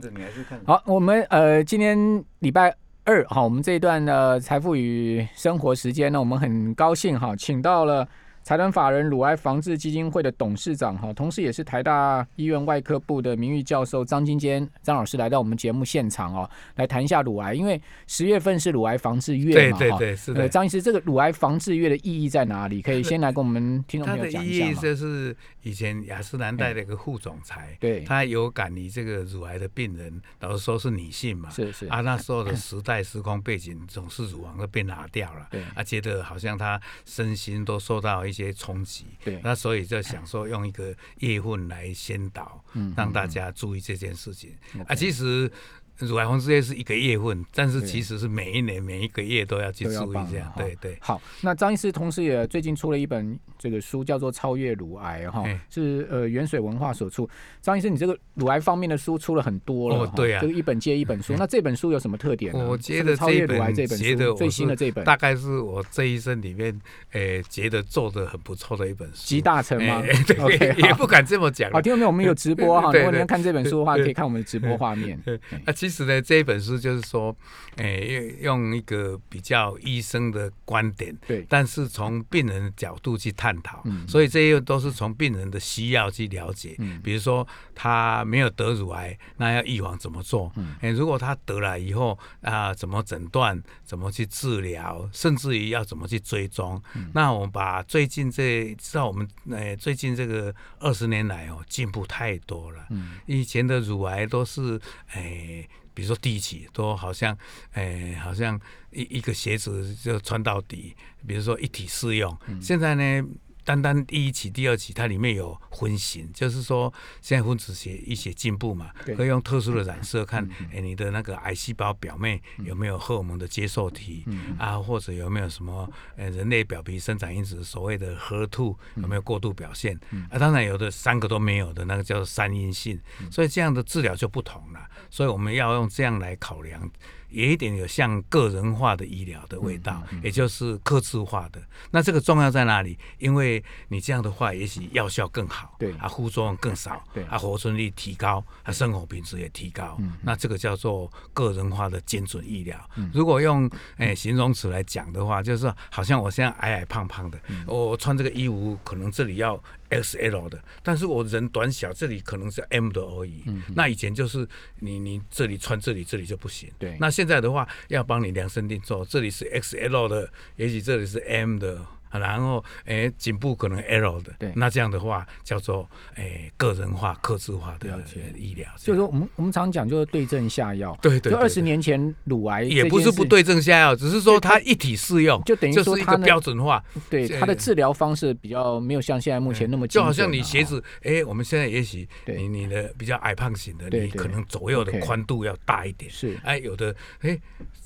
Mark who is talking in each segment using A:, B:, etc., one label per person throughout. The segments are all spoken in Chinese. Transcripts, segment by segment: A: 这你还是看
B: 好，我们呃，今天礼拜二哈，我们这一段的财富与生活时间呢，我们很高兴哈，请到了财团法人鲁埃防治基金会的董事长哈，同时也是台大医院外科部的名誉教授张金坚张老师来到我们节目现场哦，来谈一下乳癌，因为十月份是乳癌防治月
C: 对
B: 嘛
C: 对
B: 哈。
C: 对，是
B: 呃，
C: 的。
B: 张医师，这个乳癌防治月的意义在哪里？可以先来跟我们听众
C: 他
B: 朋友
C: 的
B: 讲
C: 意
B: 一下
C: 义
B: 吗？
C: 就是以前雅诗兰黛的一个副总裁，
B: 对
C: 他有感你这个乳癌的病人，老实说是女性嘛，
B: 是是
C: 啊，那时候的时代时空背景总是乳房都被拿掉了
B: 对，
C: 啊，觉得好像他身心都受到一些冲击，
B: 对
C: 那所以就想说用一个夜混来宣导，
B: 嗯
C: 让大家注意这件事情，啊，其实。乳癌红之夜是一个月份，但是
B: 对
C: 其实是每一年每一个月都要去
B: 都要
C: 注
B: 帮
C: 意这样
B: 嘛，哈
C: 对对。
B: 好，那张医师同时也最近出了一本这个书，叫做《超越乳癌》哈
C: 哎，
B: 是呃远水文化所出。张医师，你这个乳癌方面的书出了很多了，
C: 哦
B: 哈
C: 对啊
B: 这个一本接 一本书。那这本书嗯有什么特点呢？
C: 我觉
B: 是不是
C: 得
B: 超越
C: 这
B: 乳癌
C: 本，
B: 这本
C: 觉得
B: 书
C: 我
B: 最新的
C: 是
B: 这本，
C: 大概是我这一生里面，诶、觉得做的很不错的一本书。
B: 集大成吗
C: 哎对
B: ？OK，
C: 也
B: 好
C: 不敢这么讲。
B: 好，听众朋友，我们有直播 哈，
C: 对
B: 如果你
C: 对
B: 要看这本书的话，可以看我们的直播 画面。
C: 呃那其实呢，这一本书就是说，诶、用一个比较医生的观点，
B: 对
C: 但是从病人的角度去探讨，
B: 嗯
C: 所以这些都是从病人的需要去了解。
B: 嗯
C: 比如说他没有得乳癌，那要预防怎么做？
B: 嗯
C: 诶如果他得了以后啊、怎么诊断？怎么去治疗？甚至于要怎么去追踪？
B: 嗯
C: 那我们把最近这，知道我们呃最近这个二十年来哦，进步太多了。
B: 嗯
C: 以前的乳癌都是诶、比如说第一期都好像诶、好像一一个鞋子就穿到底，比如说一体适用。现在呢，单单第一期、第二期它里面有分型，就是说现在分子学一些进步嘛
B: 对，
C: 可以用特殊的染色看诶、你的那个癌细胞表面有没有荷尔蒙的接受体、啊，或者有没有什么呃人类表皮生长因子所谓的核突有没有过度表现、啊？当然有的三个都没有的那个叫做三阴性，所以这样的治疗就不同了。所以我们要用这样来考量，也一点有像个人化的医疗的味道，也就是克制化的。那这个重要在哪里？因为你这样的话，也许药效更好，
B: 对
C: 啊，副作用更少，
B: 对嗯
C: 啊，活存率提高，啊，生活品质也提高。那这个叫做个人化的精准医疗。如果用诶、形容词来讲的话，就是说好像我现在矮矮胖胖的，
B: 嗯
C: 我穿这个衣服可能这里要 XL 的，但是我人短小，这里可能是 M 的而已。
B: 嗯
C: 那以前就是你你这里穿这里这里就不行。
B: 对
C: 那现在的话要帮你量身定做，这里是 XL 的，也许这里是 M 的。啊然后，诶，颈部可能 L 的，
B: 对
C: 那这样的话叫做诶个人化、克制化的
B: 了解
C: 医疗，这样
B: 就是说，我们我们常讲就是对症下药。
C: 对对
B: 就
C: 对
B: 二十年前乳癌
C: 也
B: 这
C: 不
B: 件
C: 是不
B: 事，
C: 对症下药，只是
B: 就
C: 说它一体适用，
B: 就等于说
C: 是一
B: 它
C: 个
B: 呢
C: 标准化，
B: 对它的治疗方式比较没有像现在目前那么
C: 就
B: 精
C: 好
B: 准啊
C: 像你
B: 了
C: 鞋
B: 哈
C: 子，诶，我们现在也许
B: 对
C: 你你的比较矮胖型的，
B: 对
C: 你
B: 对
C: 可能左右的
B: OK
C: 宽度要大一点，
B: 是
C: 哎，有的哎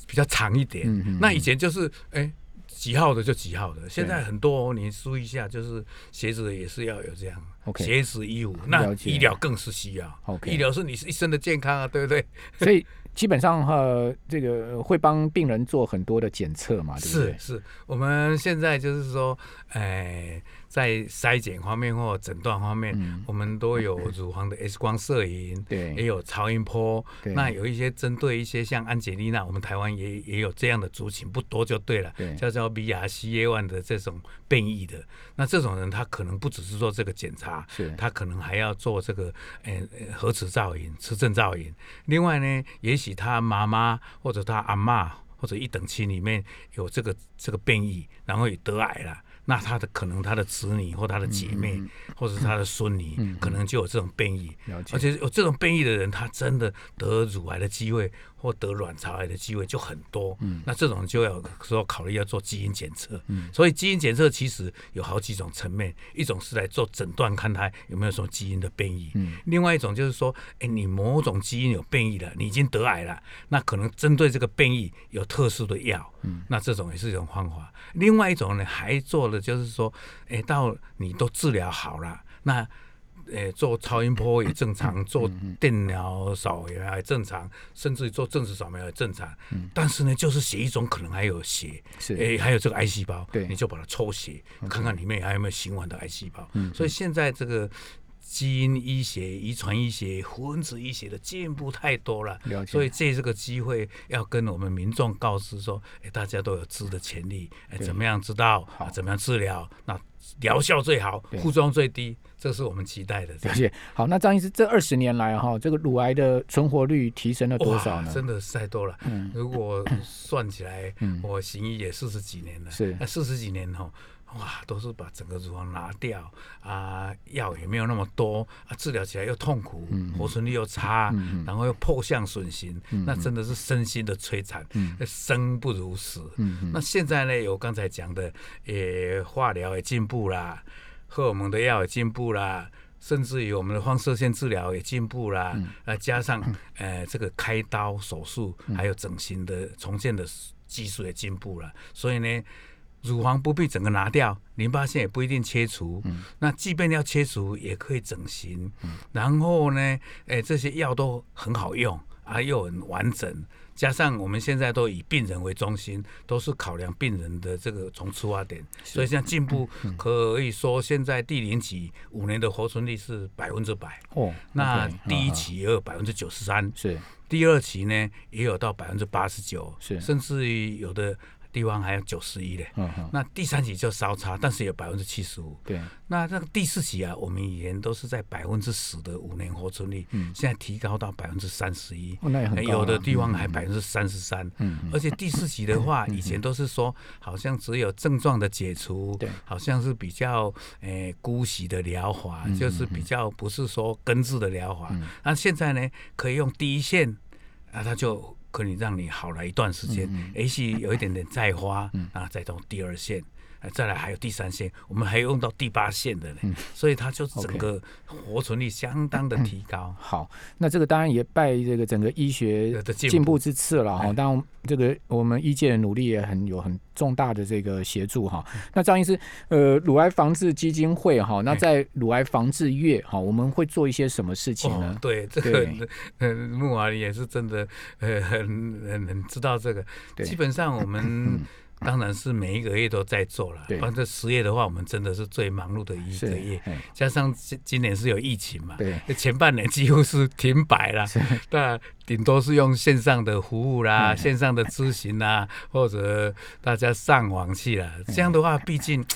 C: 比较长一点
B: 嗯嗯。
C: 那以前就是哎几号的就几号的，现在很多哦，你注意一下，就是鞋子也是要有这样
B: OK
C: 鞋子衣服，那
B: 了解
C: 医疗更是需要
B: OK
C: 医疗是你是一生的健康啊，对不对？
B: 所以基本上呃，这个会帮病人做很多的检测嘛，对不
C: 是
B: 对？
C: 是，我们现在就是说，哎、在筛检方面或诊断方面，
B: 嗯
C: 我们都有乳房的 X 光摄影，
B: 对
C: 也有超音波
B: 对。
C: 那有一些针对一些像安吉丽娜，我们台湾也也有这样的族群，不多就对了
B: 对，
C: 叫叫 BRCA one 的这种变异的。那这种人他可能不只是做这个检查，
B: 是
C: 他可能还要做这个诶呃核磁造影、磁振造影。另外呢，也许他妈妈或者他阿嬷或者一等亲里面有这个这个变异，然后也得癌了。那他的可能他的子女或他的姐妹，或者是他的孙女，可能就有这种变异。
B: 了解
C: 而且有这种变异的人，他真的得乳癌的机会或得卵巢癌的机会就很多。嗯，那这种就要说考虑要做基因检测。嗯，所以基因检测其实有好几种层面，一种是来做诊断，看它有没有什么基因的变异。嗯，另外一种就是说，哎、你某种基因有变异了，你已经得癌了，那可能针对这个变异有特殊的药。嗯，那这种也是一种方法。另外一种呢，还做了就是说，哎、到你都治疗好了，那呃，做超音波也正常，做电疗扫描也正常，甚至于做正子扫描也正常。但是呢，就是血液中可能还有血，
B: 是
C: 诶、还有这个癌细胞，
B: 对嗯
C: 你就把它抽血，看看里面还有没有循环的癌细胞。所以现在这个基因医学、遗传医学、分子医学的进步太多了。
B: 了解。
C: 所以借这个机会，要跟我们民众告知说，哎、大家都有知的权利，哎、
B: 对
C: 怎么样知道，
B: 好
C: 啊、怎么样治疗，那疗效最好
B: 对，
C: 副作用最低，这是我们期待的。
B: 了解。好，那张医师，这二十年来哈，这个乳癌的存活率提升了多少
C: 哇
B: 呢？
C: 真的是太多了。
B: 嗯
C: 如果算起来，
B: 嗯
C: 我行医也四十几年了，
B: 是
C: 那四十几年哦。哇，都是把整个乳房拿掉啊，药也没有那么多啊，治疗起来又痛苦，活存率又差，
B: 嗯
C: 然后又破相损形，那真的是身心的摧残，
B: 嗯
C: 生不如死。
B: 嗯
C: 那现在呢，有刚才讲的，也化疗也进步啦，荷尔蒙的药也进步啦，甚至于我们的放射线治疗也进步啦，呃，加上呃这个开刀手术，还有整形的重建的技术也进步了，所以呢。乳房不必整个拿掉，淋巴腺也不一定切除。那即便要切除，也可以整形。然后呢，哎、这些药都很好用啊，又很完整。加上我们现在都以病人为中心，都是考量病人的这个从出发点，所以现在进步
B: 嗯
C: 可以说现在第零期五年的活存率是百分之百，
B: 哦，
C: 那
B: OK，
C: 第一
B: 嗯嗯
C: 期也有百分之九十三，
B: 是
C: 第二期呢也有到百分之八十九，
B: 是
C: 甚至于有的地方还有九十一嘞。
B: 嗯嗯
C: 那第三期就稍差，但是有百分之七十五。
B: 对
C: 那那个第四期啊，我们以前都是在百分之十的五年活存率，现在提高到百分之三十一，
B: 嗯哦那也很
C: 哎
B: 高啊嗯
C: 有的地方还百分之三十三。而且第四期的 话，以前都是说好像只有症状的解除，
B: 对
C: 好像是比较诶姑息的疗法，
B: 嗯
C: 就是比较不是说根治的疗法。那现在呢，可以用第一线，啊，它就。可以让你好了一段时间，
B: 嗯
C: 也许有一点点再花，啊，再到第二线，哎，再来还有第三线，我们还用到第八线的呢，
B: 嗯
C: 所以它就整个活存率相当的提 高。
B: 好，那这个当然也拜这个整个医学
C: 呃的进步哎
B: 进步之赐了哈。当然，这个我们医界的努力也很有很重大的这个协助哈。
C: 嗯
B: 那张医师，呃，乳癌防治基金会哈，
C: 哎
B: 那在乳癌防治月哈，我们会做一些什么事情
C: 哦
B: 呢，？
C: 对，这个
B: 对
C: 呃，木瓦也是真的，呃，很很很知道这个。
B: 对嗯
C: 基本上我们当然是每一个月都在做了
B: 对，
C: 反正十月的话，我们真的是最忙碌的一
B: 是
C: 个月，。
B: 哎
C: 加上今今年是有疫情嘛，
B: 对，
C: 前半年几乎是停摆了，那顶多是用线上的服务
B: 嗯
C: 啦、线上的咨询啦， 或者大家上网去啦。这样的话，毕竟。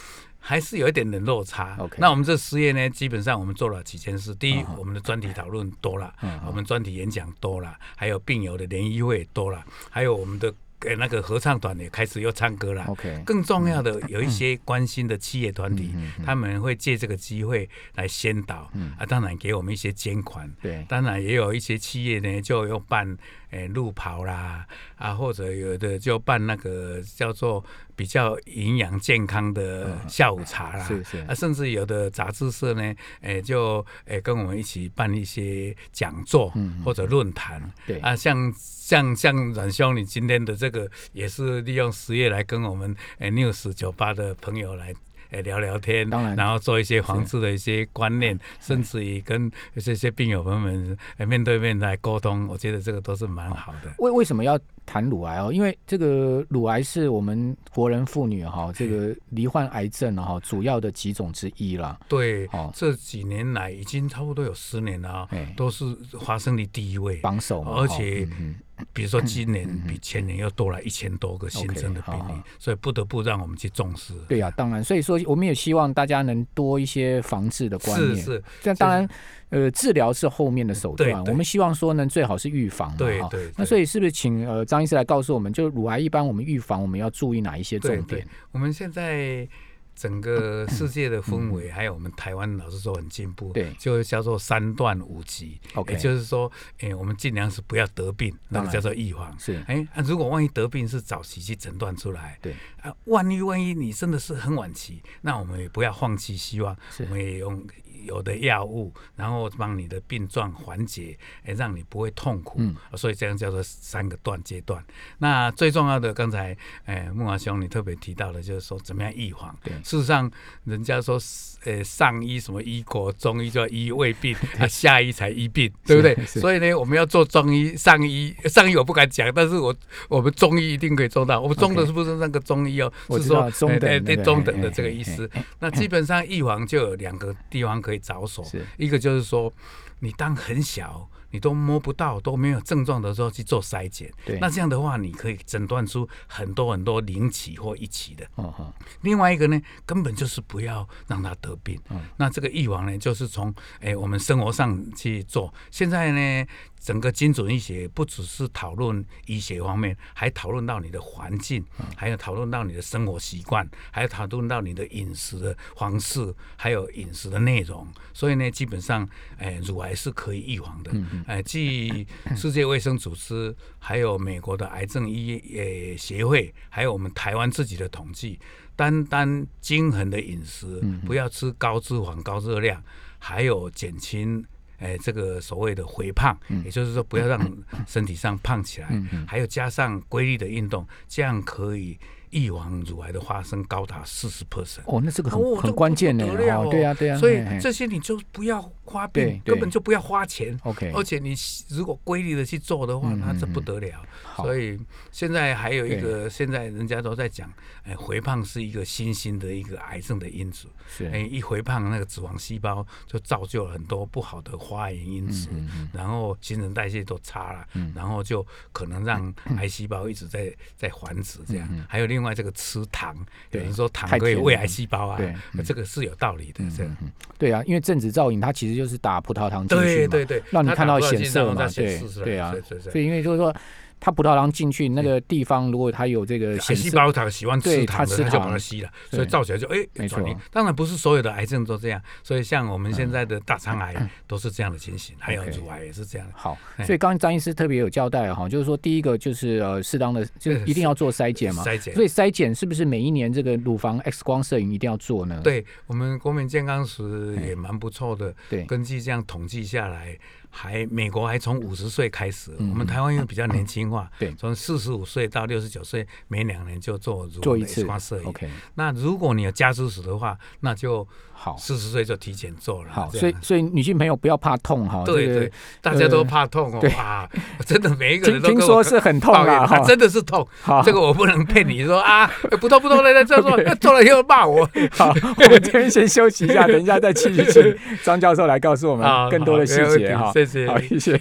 C: 还是有一点点落差。
B: 嗯 OK
C: 那我们这实验呢，基本上我们做了几件事。第一
B: 嗯哼，
C: 我们的专题讨论多了
B: 嗯哼，
C: 我们专题演讲多了，还有病友的联谊会也多了，还有我们的呃那个合唱团也开始又唱歌了。
B: ，OK，
C: 更重要的，有一些关心的企业团体，他们会借这个机会来先导、啊，当然给我们一些捐款。
B: 对，
C: 当然，也有一些企业呢，就用办诶、呃路跑啦，啊，或者有的就办那个叫做比较营养健康的下午茶啦，
B: 是嗯是
C: 啊，甚至有的杂志社呢，诶、就诶、跟我们一起办一些讲座或者论坛，
B: 嗯对
C: 啊，像像像阮兄，你今天的这个也是利用十月来跟我们诶 news 酒吧的朋友来。诶聊聊天，
B: 当然
C: 然后做一些防治的一些观念，甚至于跟这些病友朋友们诶面对面来沟通，我觉得这个都是蛮好的。
B: 为为什么要谈乳癌哦？因为这个乳癌是我们国人妇女哈，这个罹患癌症哈主要的几种之一啦。
C: 对，
B: 哦
C: 这几年来已经差不多有十年了啊、
B: 哎
C: 都是发生率第一位，
B: 榜首嘛，
C: 而
B: 哈
C: 且
B: 嗯
C: 比如说今年比前年又多了一千多个新增的
B: OK，
C: 病
B: 好
C: 例
B: 好，
C: 所以不得不让我们去重视。
B: 对呀、当然，所以说我们也希望大家能多一些防治的观
C: 是
B: 念。
C: 是，
B: 但当然，呃，治疗是后面的手段，
C: 对对
B: 我们希望说能最好是预防嘛，
C: 对
B: 哈
C: 对对
B: 那所以是不是请呃张医师来告诉我们，就乳癌一般我们预防我们要注意哪一些重
C: 对
B: 点？嗯
C: 对，我们现在整个世界的氛围，还有我们台湾，老实说很进步，
B: 对
C: 就叫做三段五级
B: OK
C: 也就是说，哎、我们尽量是不要得病，那
B: 当
C: 个
B: 然
C: 叫做预防。
B: 是
C: 哎、啊如果万一得病是早期去诊断出来，
B: 对
C: 啊，万一万一你真的是很晚期，那我们也不要放弃希望，
B: 是
C: 我们也用有的药物，然后帮你的病状缓解，哎、让你不会痛苦。啊
B: 嗯
C: 所以这样叫做三个段阶段。那最重要的，刚才哎、木华兄你特别提到的，就是说怎么样预防。
B: 对
C: 事实上，人家说，呃，上医什么医国，中医叫医胃 病，啊，下医才医病，对不对？
B: 是
C: 所以呢，我们要做中医，上医，上医我不敢讲，但是我我们中医一定可以做到。我们中的
B: OK
C: 是不是那个中医哦？
B: 我
C: 是
B: 知道
C: 说
B: 中等
C: 哎哎
B: 那
C: 对
B: 个
C: 中
B: 哎
C: 等的
B: 哎
C: 这个
B: 哎
C: 意
B: 哎
C: 思。那基本上预防就有两个地方可以着手，
B: 是
C: 一个就是说，你当很小。你都摸不到，都没有症状的时候去做筛检，
B: 对，
C: 那这样的话，你可以诊断出很多很多零期或一期的。
B: 哦哈，
C: 另外一个呢，根本就是不要让他得病。
B: 嗯
C: 那这个预防呢，就是从哎、我们生活上去做。现在呢，整个精准医学不只是讨论医学方面，还讨论到你的环境，还有讨论到你的生活习惯，还有讨论到你的饮食的方式，还有饮食的内容。所以呢，基本上哎、乳癌是可以预防的。哎、继世界卫生组织，还有美国的癌症医呃协会，还有我们台湾自己的统计。单单均衡的饮食，
B: 嗯
C: 不要吃高脂肪、高热量，还有减轻。哎，这个所谓的肥胖，
B: 嗯
C: 也就是说不要让身体上胖起来，还有加上规律的运动，这样可以预防乳癌的发生高达四十 percent。
B: 哦，那这个
C: 哦
B: 很
C: 这
B: 很关键的
C: 不得了
B: 哦
C: 哦，
B: 对啊，对啊，
C: 所以
B: 嘿嘿
C: 这些你就不要花
B: 对
C: 病，
B: 对
C: 根本就不要花钱，
B: OK，
C: 而且你如果规律的去做的话，
B: 嗯
C: 那
B: 嗯
C: 这不
B: 嗯
C: 得了。
B: 好，
C: 所以现在还有一
B: 对
C: 个，现在人家都在讲，哎，肥胖是一个新兴的一个癌症的因子。
B: 是
C: 哎，一肥胖，那个脂肪细胞就造就了很多不好的化炎因子，
B: 嗯
C: 然后新陈代谢都差了，然后就可能让癌细胞一直在在繁殖这样。还有另外这个吃糖，有
B: 嗯对
C: 人说糖
B: 太
C: 可以
B: 甜
C: 喂
B: 了
C: 癌细胞啊
B: 对，嗯
C: 这个是有道理的。这样，
B: 对啊，因为正子造影它其实就是打葡萄糖进去
C: 对
B: 嘛，
C: 对对，
B: 让你
C: 它
B: 看
C: 打
B: 到
C: 不
B: 显
C: 进
B: 色
C: 然后
B: 嘛
C: 它显
B: 对
C: 示出来
B: 对啊
C: 对对
B: 所
C: 对。
B: 以因为就是说，它葡萄糖进去那个地方，如果它有这个
C: 癌
B: 呃显
C: 细
B: 示，
C: 胞它喜欢吃
B: 对
C: 糖
B: 它
C: 的，
B: 吃
C: 它就
B: 糖
C: 把它吸了，
B: 对
C: 所以造起来就
B: 没
C: 哎转移
B: 错。
C: 当然不是所有的癌症都这样，所以像我们现在的大肠癌都是这样的情形，还有
B: 嗯 OK
C: 乳癌也是这样的。
B: 好，
C: 哎
B: 所以刚刚张医师特别有交代哦哈，就是说第一个就是呃适当的，就是一定要做筛检嘛。
C: 筛检
B: 所以筛检是不是每一年这个乳房 X 光摄影一定要做呢？
C: 对我们国民健康史也蛮不错的，
B: 嗯对
C: 根据这样统计下来，还美国还从五十岁开始，
B: 嗯
C: 我们台湾因为比较年轻化，
B: 对
C: 从四十五岁到六十九岁，每两年就做乳
B: 做
C: 房
B: 一
C: 的 X
B: 次
C: 光摄影。
B: ，OK，
C: 那如果你有家族史的话，那就
B: 好，
C: 四十岁就提前做了。
B: 好，
C: 啊这样
B: 所以所以女性朋友不要怕痛哈，
C: 对
B: 这个
C: 对，大家都
B: 呃
C: 怕痛哦
B: 哦对，
C: 哇， 真的每一个
B: 听
C: 人都
B: 听
C: 跟
B: 说
C: 我
B: 是很痛
C: 抱怨
B: 啊
C: 啊，
B: 哈，啊
C: 真的是痛，
B: 好，
C: 这个我不能骗你说啊，不痛不痛，来来这样 说，做了又骂我
B: 好，我们这边先休息一下，等一下再继续请张教授来告诉我们
C: 啊，
B: 更多的细
C: 好没问
B: 节
C: 题
B: 哈。
C: 谢谢
B: 好，。谢谢。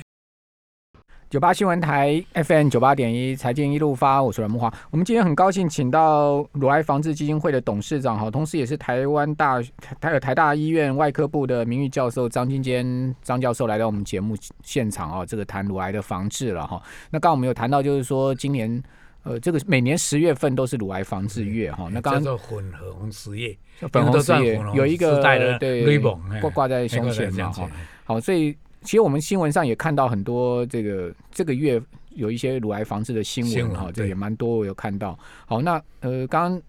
B: 九八新闻台 FM 九八点一财经一路发，我是阮木华。我们今天很高兴请到乳癌防治基金会的董事长哈，同时也是台湾大台有台大医院外科部的名誉教授张金坚张教授来到我们节目现场哦，这个谈乳癌的防治了哈。那刚刚我们有谈到就是说今年。呃，这个每年十月份都是乳癌防治月哈。那
C: 叫
B: 刚刚
C: 做混合红实业，
B: 粉红
C: 都
B: 色
C: 算
B: 也
C: 粉红
B: 有一个
C: 自带的
B: 对
C: ribbon，哎
B: 挂挂在胸前
C: 这
B: 嘛
C: 样
B: 哈
C: 讲。。
B: 好，所以其实我们新闻上也看到很多这个这个月有一些乳癌防治的新
C: 新
B: 闻
C: 闻
B: 哈，这
C: 对
B: 也蛮多我有看到。好，那呃，刚刚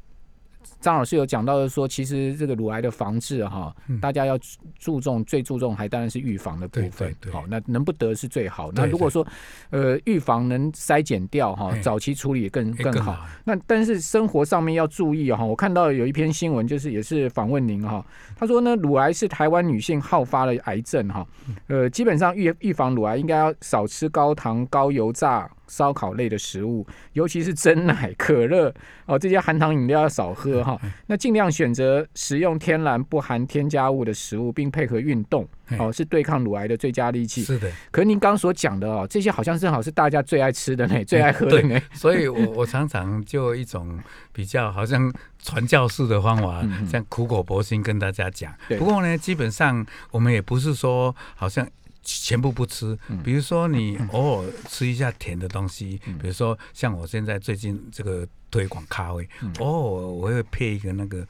B: 张老师有讲到的说，其实这个乳癌的防治哈，
C: 嗯
B: 大家要注注重最注重还当然是预防的部
C: 对
B: 分
C: 对。对
B: 好，那能不得是最好。那
C: 对
B: 如果
C: 对
B: 说呃预防能筛检掉哈，
C: 哎
B: 早期处理更
C: 哎
B: 更好。，那但是生活上面要注意哈、我看到有一篇新闻，就是也是访问您哦哈、他说呢，乳癌是台湾女性好发的癌症哈、呃，基本上预预防乳癌应该要少吃高糖、高油炸、烧烤类的食物，尤其是真奶、可乐哦这些含糖饮料要少喝哈、那尽量选择食用天然不含添加物的食物，并配合运动哦，是对抗乳癌的最佳利器。
C: 是的，
B: 可是您刚所讲的哦，这些好像正好是大家最爱吃的呢，最爱喝的呢。
C: 所以我我常常就一种比较好像传教士的方法，像苦口婆心跟大家讲
B: 嗯对。
C: 不过呢，基本上我们也不是说好像。全部不吃，
B: 嗯
C: 比如说你偶尔吃一下甜的东西，比如说像我现在最近这个推广咖啡，
B: 嗯
C: 偶尔我会配一个那个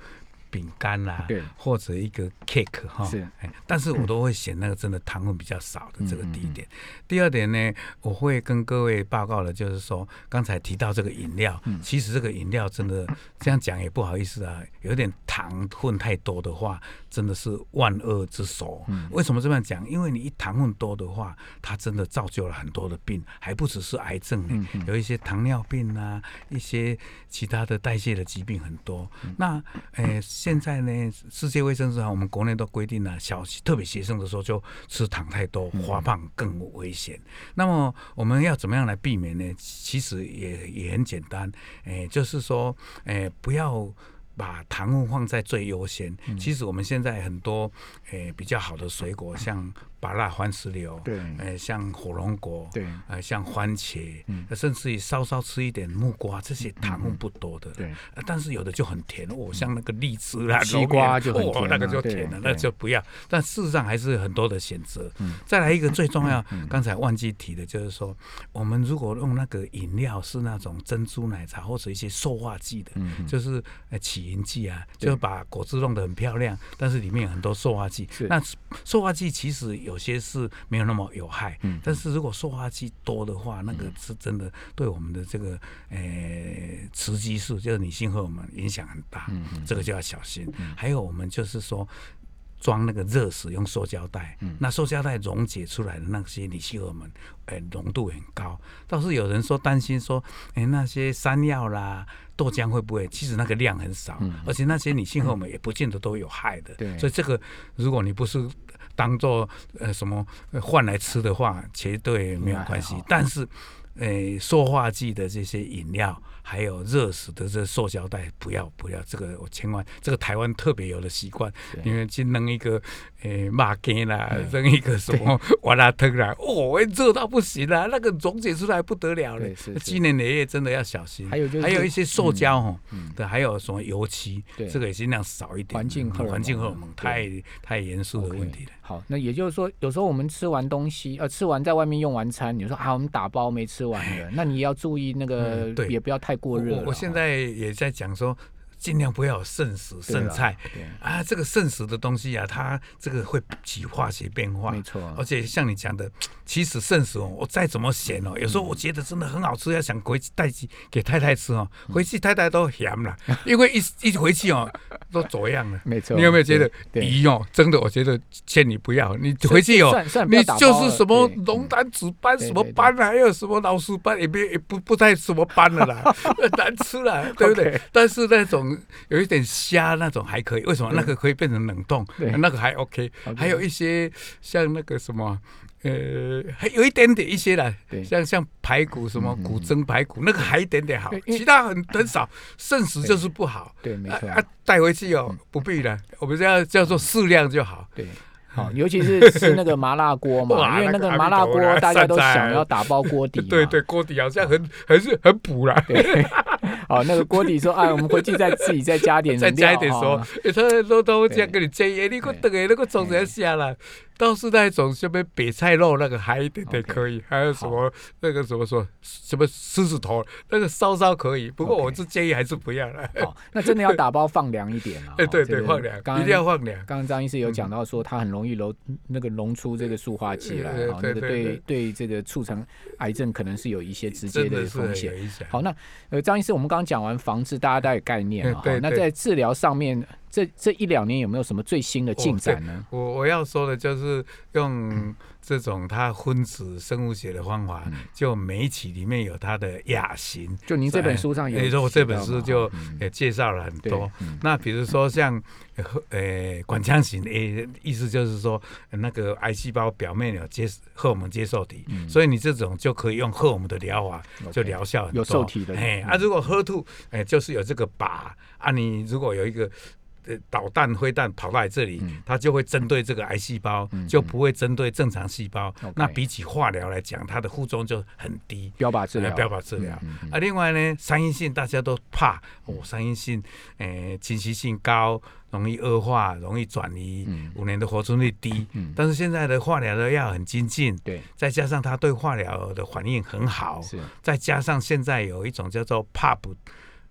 C: 饼干啦，
B: 对
C: 或者一个 cake 哈，
B: 是
C: 哎，但是我都会选那个真的糖分比较少的这个第一点。第二点呢，我会跟各位报告的，就是说刚才提到这个饮料，其实这个饮料真的这样讲也不好意思啊，有点糖分太多的话，真的是万恶之首。为什么这么讲？因为你一糖分多的话，它真的造就了很多的病，还不只是癌症呢，有一些糖尿病啊，一些其他的代谢的疾病很多。那诶、呃现在呢，世界卫生组织我们国内都规定了，小特别学生的时候就吃糖太多，发胖更危险。那么我们要怎么样来避免呢？其实也也很简单，哎、就是说，哎、不要。把糖分放在最优先。
B: 嗯
C: 其实我们现在很多诶、比较好的水果，像芭乐、番石榴，
B: 对
C: 诶，像火龙果，
B: 对嗯
C: 呃，像番茄，呃甚至于稍稍吃一点木瓜，这些糖分不多的，
B: 对嗯
C: 呃但是有的就很甜，哦，像那个荔枝啦、
B: 西瓜
C: 榴
B: 就
C: 莲
B: 很甜
C: 哦，那个
B: 了
C: 就
B: 对
C: 甜了，
B: 对
C: 那就不要。但事实上还是很多的选择。再来一个最重要，刚才忘记提的，就是说，我们如果用那个饮料是那种珍珠奶茶或者一些塑化剂的，就是呃起因剂啊，就是把果汁弄得很漂亮，但是里面有很多塑化剂
B: 是。
C: 那塑化剂其实有些是没有那么有害，但是如果塑化剂多的话，那个是真的对我们的这个呃雌激素，就是女性荷尔蒙影响很大，这个就要小心。还有我们就是说。装那个热食用塑胶袋，那塑胶袋溶解出来的那些乙烯荷尔蒙，呃，浓度很高。倒是有人说担心说，哎、那些山药啦、豆浆会不会？其实那个量很少，而且那些女性荷尔蒙也不见得都有害的。
B: 对
C: 所以这个如果你不是当做呃什么呃换来吃的话，绝对没有关系
B: 那还好。
C: 但是，呃，塑化剂的这些饮料，还有热食的这塑胶袋，不要不要，这个我千万，这个台湾特别有的习惯，因为去弄一个呃马羹啦，扔一个什么瓦拉汤啦，哦，热到不行啦，那个溶解出来不得了了
B: 对是是，
C: 今年年夜真的要小心。
B: 还有就是嗯
C: 还有一些塑胶哦，对，还有什么油漆
B: 对，
C: 这个也尽量少一点。嗯
B: 环境荷尔蒙
C: 环境荷尔蒙
B: 对
C: 太太严肃的
B: OK，
C: 问题了。
B: 好，那也就是说，有时候我们吃完东西，呃，吃完在外面用完餐，你说啊，我们打包没吃完 的，那你也要注意那个
C: 嗯，对
B: 也不要太过热
C: 我
B: 了
C: 我现
B: 哦
C: 在也在讲说，尽量不要有剩食
B: 对
C: 剩
B: 啦
C: 菜
B: 对
C: 啊，这个剩食的东西啊，它这个会起化学变化，
B: 没错啊
C: 而且像你讲的，其实剩食哦，我再怎么咸哦，有
B: 嗯
C: 时候我觉得真的很好吃，要想回去带去给太太吃哦，
B: 嗯
C: 回去太太都咸了，因为一一回去哦，都走样了。
B: 没错。
C: 你有没有觉得
B: 对对
C: 鱼哦？真的，我觉得劝你不要，你回去哦
B: 算算，不要
C: 你
B: 打包
C: 就是什么
B: 了对
C: 龙丹子班、
B: 对
C: 什么
B: 对对
C: 班，还啊有什么老鼠班，也别也不不太什么班了啦， 难吃了，对不对
B: OK？
C: 但是那种有一点虾那种还可以，为什么？那个可以变成冷冻
B: 对，
C: 那个还 OK
B: OK。
C: 还有一些像那个什么。呃，还有一点点一些啦
B: 对，嗯
C: 像像排骨什么骨蒸排骨，那个还一点点好
B: 对，因为
C: 其他很很少，剩食就是不好。
B: 哎对，没错。嗯
C: 啊，啊带回去哦，不必了，我们这样叫做适量就好。
B: 对，好，尤其是吃那个麻辣锅
C: 嗯
B: 嘛，
C: 哇
B: 因为那个
C: 那个
B: 麻辣锅
C: 阿弥陀佛啊
B: 大家都
C: 善哉
B: 想要打包锅底嘛。
C: 对对，锅底好像很很是很补啦，
B: 好，那个锅底说，哎，我们回去再自己再加 点
C: 再
B: 料，
C: 加一点说
B: 哈，
C: 欸他都都这样跟你建议，欸你给我
B: 哦对
C: 等下那个总成下了。倒是那一种什么北菜肉那个还一点点
B: OK，
C: 可以，还有什么那个怎么说什么狮子头那个稍稍可以，不过
B: OK
C: 我是建议还是不要了。
B: 好，那真的要打包放凉一点啊。
C: 哎，
B: 哈
C: 对
B: 这
C: 对，
B: 个
C: 放凉，
B: 刚
C: 一定要放凉。
B: 刚刚张医师有
C: 嗯
B: 讲到说，它很容易溶那个溶出这个塑化剂来，
C: 对
B: 哈，那
C: 呃对
B: 个
C: 对
B: 对
C: 对
B: 对这个促成癌症可能是有一些直接
C: 真
B: 的
C: 的是
B: 风
C: 很
B: 险
C: 有。影响。
B: 好，那呃，张医师，我们刚刚讲完防治，大家大概有概念了
C: 嗯
B: 哈
C: 对。
B: 那
C: 对
B: 在治疗上面，这这一两年有没有什么最新的进展呢？
C: 我我要说的就是用这种它分子生物学的方法，就每一期里面有它的亚型。
B: 嗯就您这本书上有
C: 你说我这
B: 写到
C: 本
B: 嘛
C: 书
B: 哈
C: 就
B: 嗯
C: 也介绍了很多
B: 对。嗯
C: 那比如说像呃管腔型 A，意思就是说呃那个癌细胞表面有接荷尔蒙接受体，所以你这种就可以用荷尔蒙的疗法
B: 嗯 OK，
C: 就疗效很多。
B: 有受体的嗯
C: 哎啊，如果 HER2 哎就是有这个靶啊，你如果有一个。呃，导弹、灰弹跑到你这里，
B: 嗯
C: 它就会针对这个癌细胞，就不会针对正常细胞。
B: 嗯 OK
C: 那比起化靶疗来讲，它的副作用就很低。
B: 标靶治
C: 呃
B: 疗，
C: 标靶治疗、
B: 嗯
C: 啊。另外呢，三阴性大家都怕哦，三阴性，诶、侵袭性高，容易恶化，容易转移，
B: 嗯
C: 五年的活存率低。但是现在的化疗的药很精进，
B: 对，
C: 再加上它对化疗的反应很好，
B: 是
C: 再加上现在有一种叫做 PAP。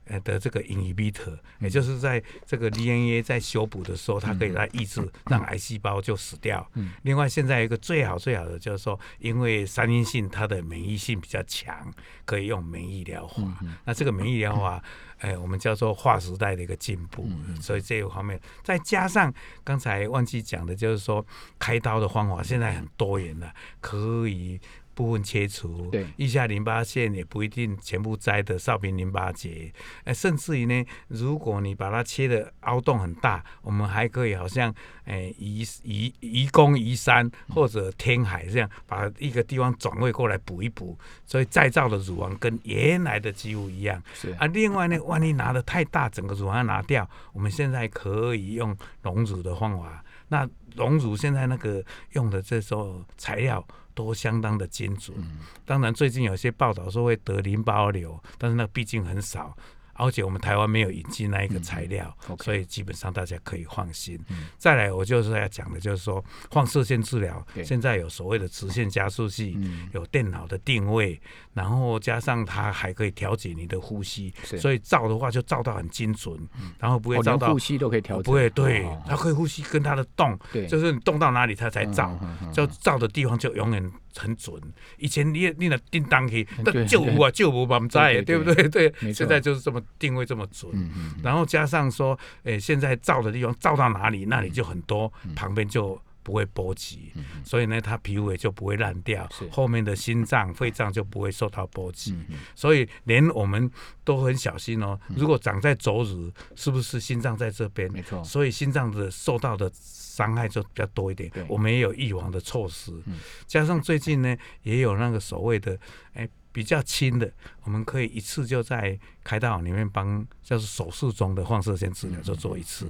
C: 呃的这个 inhibitor，也就是在这个 DNA 在修补的时候，它可以来抑制，让癌细胞就死掉。另外，现在有一个最好最好的就是说，因为三阴性它的免疫性比较强，可以用免疫疗法。那这个免疫疗法，哎、我们叫做划时代的一个进步。所以这一方面，再加上刚才忘记讲的，就是说开刀的方法现在很多元了，可以部分切除，
B: 对
C: 腋下淋巴腺也不一定全部摘的少平淋巴结，哎，甚至于呢，如果你把它切的凹洞很大，我们还可以好像哎移移移宫移山或者天海这样，把一个地方转位过来补一补，所以再造的乳房跟原来的几乎一样。
B: 是
C: 啊，另外呢，万一拿的太大，整个乳房要拿掉，我们现在可以用溶乳的方法。那溶乳现在那个用的这种材料都相当的精准。
B: 嗯
C: 当然，最近有些报道说会得淋巴瘤，但是那毕竟很少，而且我们台湾没有引进那一个材料，
B: 嗯 OK
C: 所以基本上大家可以放心。
B: 嗯
C: 再来，我就是要讲的就是说，放射线治疗
B: 对
C: 现在有所谓的直线加速器，
B: 嗯
C: 有电脑的定位，然后加上它还可以调节你的呼吸，
B: 是，
C: 所以照的话就照到很精准，然后不
B: 以
C: 会照
B: 哦连
C: 到
B: 呼。吸都可以调整，
C: 不会，对
B: 哦，
C: 它会呼吸跟它的动，
B: 对，
C: 就是你动到哪里它才照。
B: 嗯，嗯嗯
C: 就照的地方就永远很准。以前你也你那叮当去
B: 嗯，对
C: 但救无啊救无吧，我们在
B: 对
C: 对不
B: 对
C: 对？对
B: 没，错
C: 现在就是这么定位这么准。
B: 嗯嗯嗯
C: 然后加上说，诶，现在照的地方照到哪里，那里就很多，
B: 嗯
C: 旁边就不会波及，所以呢，它皮肤也就不会烂掉
B: 是，
C: 后面的心脏、肺脏就不会受到波及。
B: 嗯嗯
C: 所以连我们都很小心哦。如果长在肘子，是不是心脏在这边？
B: 嗯没错
C: 所以心脏的受到的伤害就比较多一点
B: 对。
C: 我们也有预防的措施
B: 嗯，
C: 加上最近呢， 也有那个所谓的哎。比较轻的，我们可以一次就在开刀里面帮，就是手术中的放射线治疗
B: 嗯
C: 就做一次。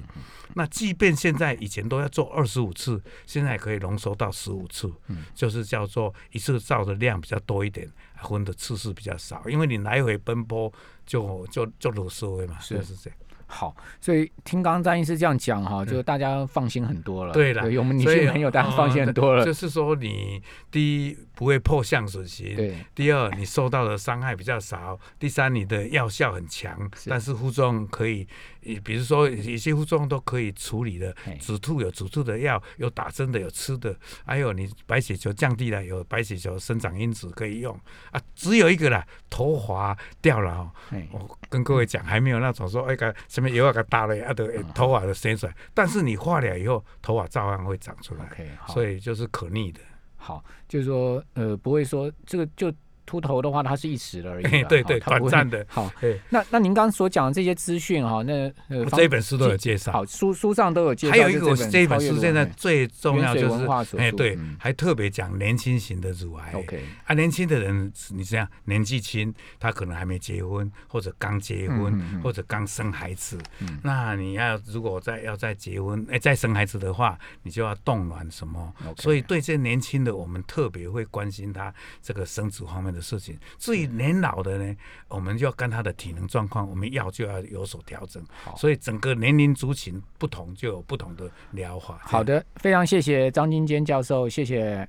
C: 那即便现在以前都要做二十五次，现在可以浓缩到十五次，
B: 嗯
C: 就是叫做一次照的量比较多一点，混的次数比较少，因为你来回奔波就就就鲁思维嘛，
B: 是
C: 就是这样。
B: 好，所以听刚刚张医师这样讲哈，就大家放心很多了。
C: 嗯对啦
B: 我们女
C: 所以
B: 性朋友大家
C: 呃
B: 放心很多了。
C: 就是说你第一不会破相损形，
B: 对，
C: 第二你受到的伤害比较少，第三你的药效很强，
B: 是
C: 但是副作用可以，呃比如说有些副作用都可以处理的
B: 嘿，
C: 止吐有止吐的药，有打针的，有吃的，还有你白血球降低了，有白血球生长因子可以用啊，只有一个啦，头发掉了、哦。
B: 哎，
C: 我跟各位讲，还没有那种说哎个什么油啊个大了啊的头发的生出来，但是你化疗以后，头发照样会长出来，
B: OK，好，
C: 所以就是可逆的。
B: 好，就是说呃，不会说这个就秃头的话，它是一时的而已啦。
C: 哎嘿对
B: 哈
C: 对
B: 它不会
C: 短暂的
B: 好
C: 嘿，
B: 那那您刚刚所讲的这些资讯哈，那呃
C: 我，
B: 方
C: 哦这一本书都有介绍，
B: 好书书上都有介绍，
C: 还有一个我
B: 就
C: 这一本
B: 超越
C: 书
B: 鲁
C: 现在
B: 哎
C: 最重要
B: 原
C: 就
B: 水文
C: 是
B: 化所
C: 哎
B: 著
C: 对
B: 嗯，哦
C: 还特别讲年轻型的乳癌。
B: OK，
C: 啊，年轻的人，你这样年纪轻，他可能还没结婚，或者刚结婚，
B: 嗯嗯嗯
C: 或者刚生孩子。
B: 嗯
C: 那你要如果再要再结婚，哎、再生孩子的话，你就要冻卵什么。
B: OK
C: 所以对这年轻的，我们特别会关心他这个生殖方面的事情。至于年老的呢，我们就要跟他的体能状况，我们药就要有所调整
B: 好。
C: 所以整个年龄族群不同，就有不同的疗法。
B: 好的，非常谢谢张金坚教授，谢谢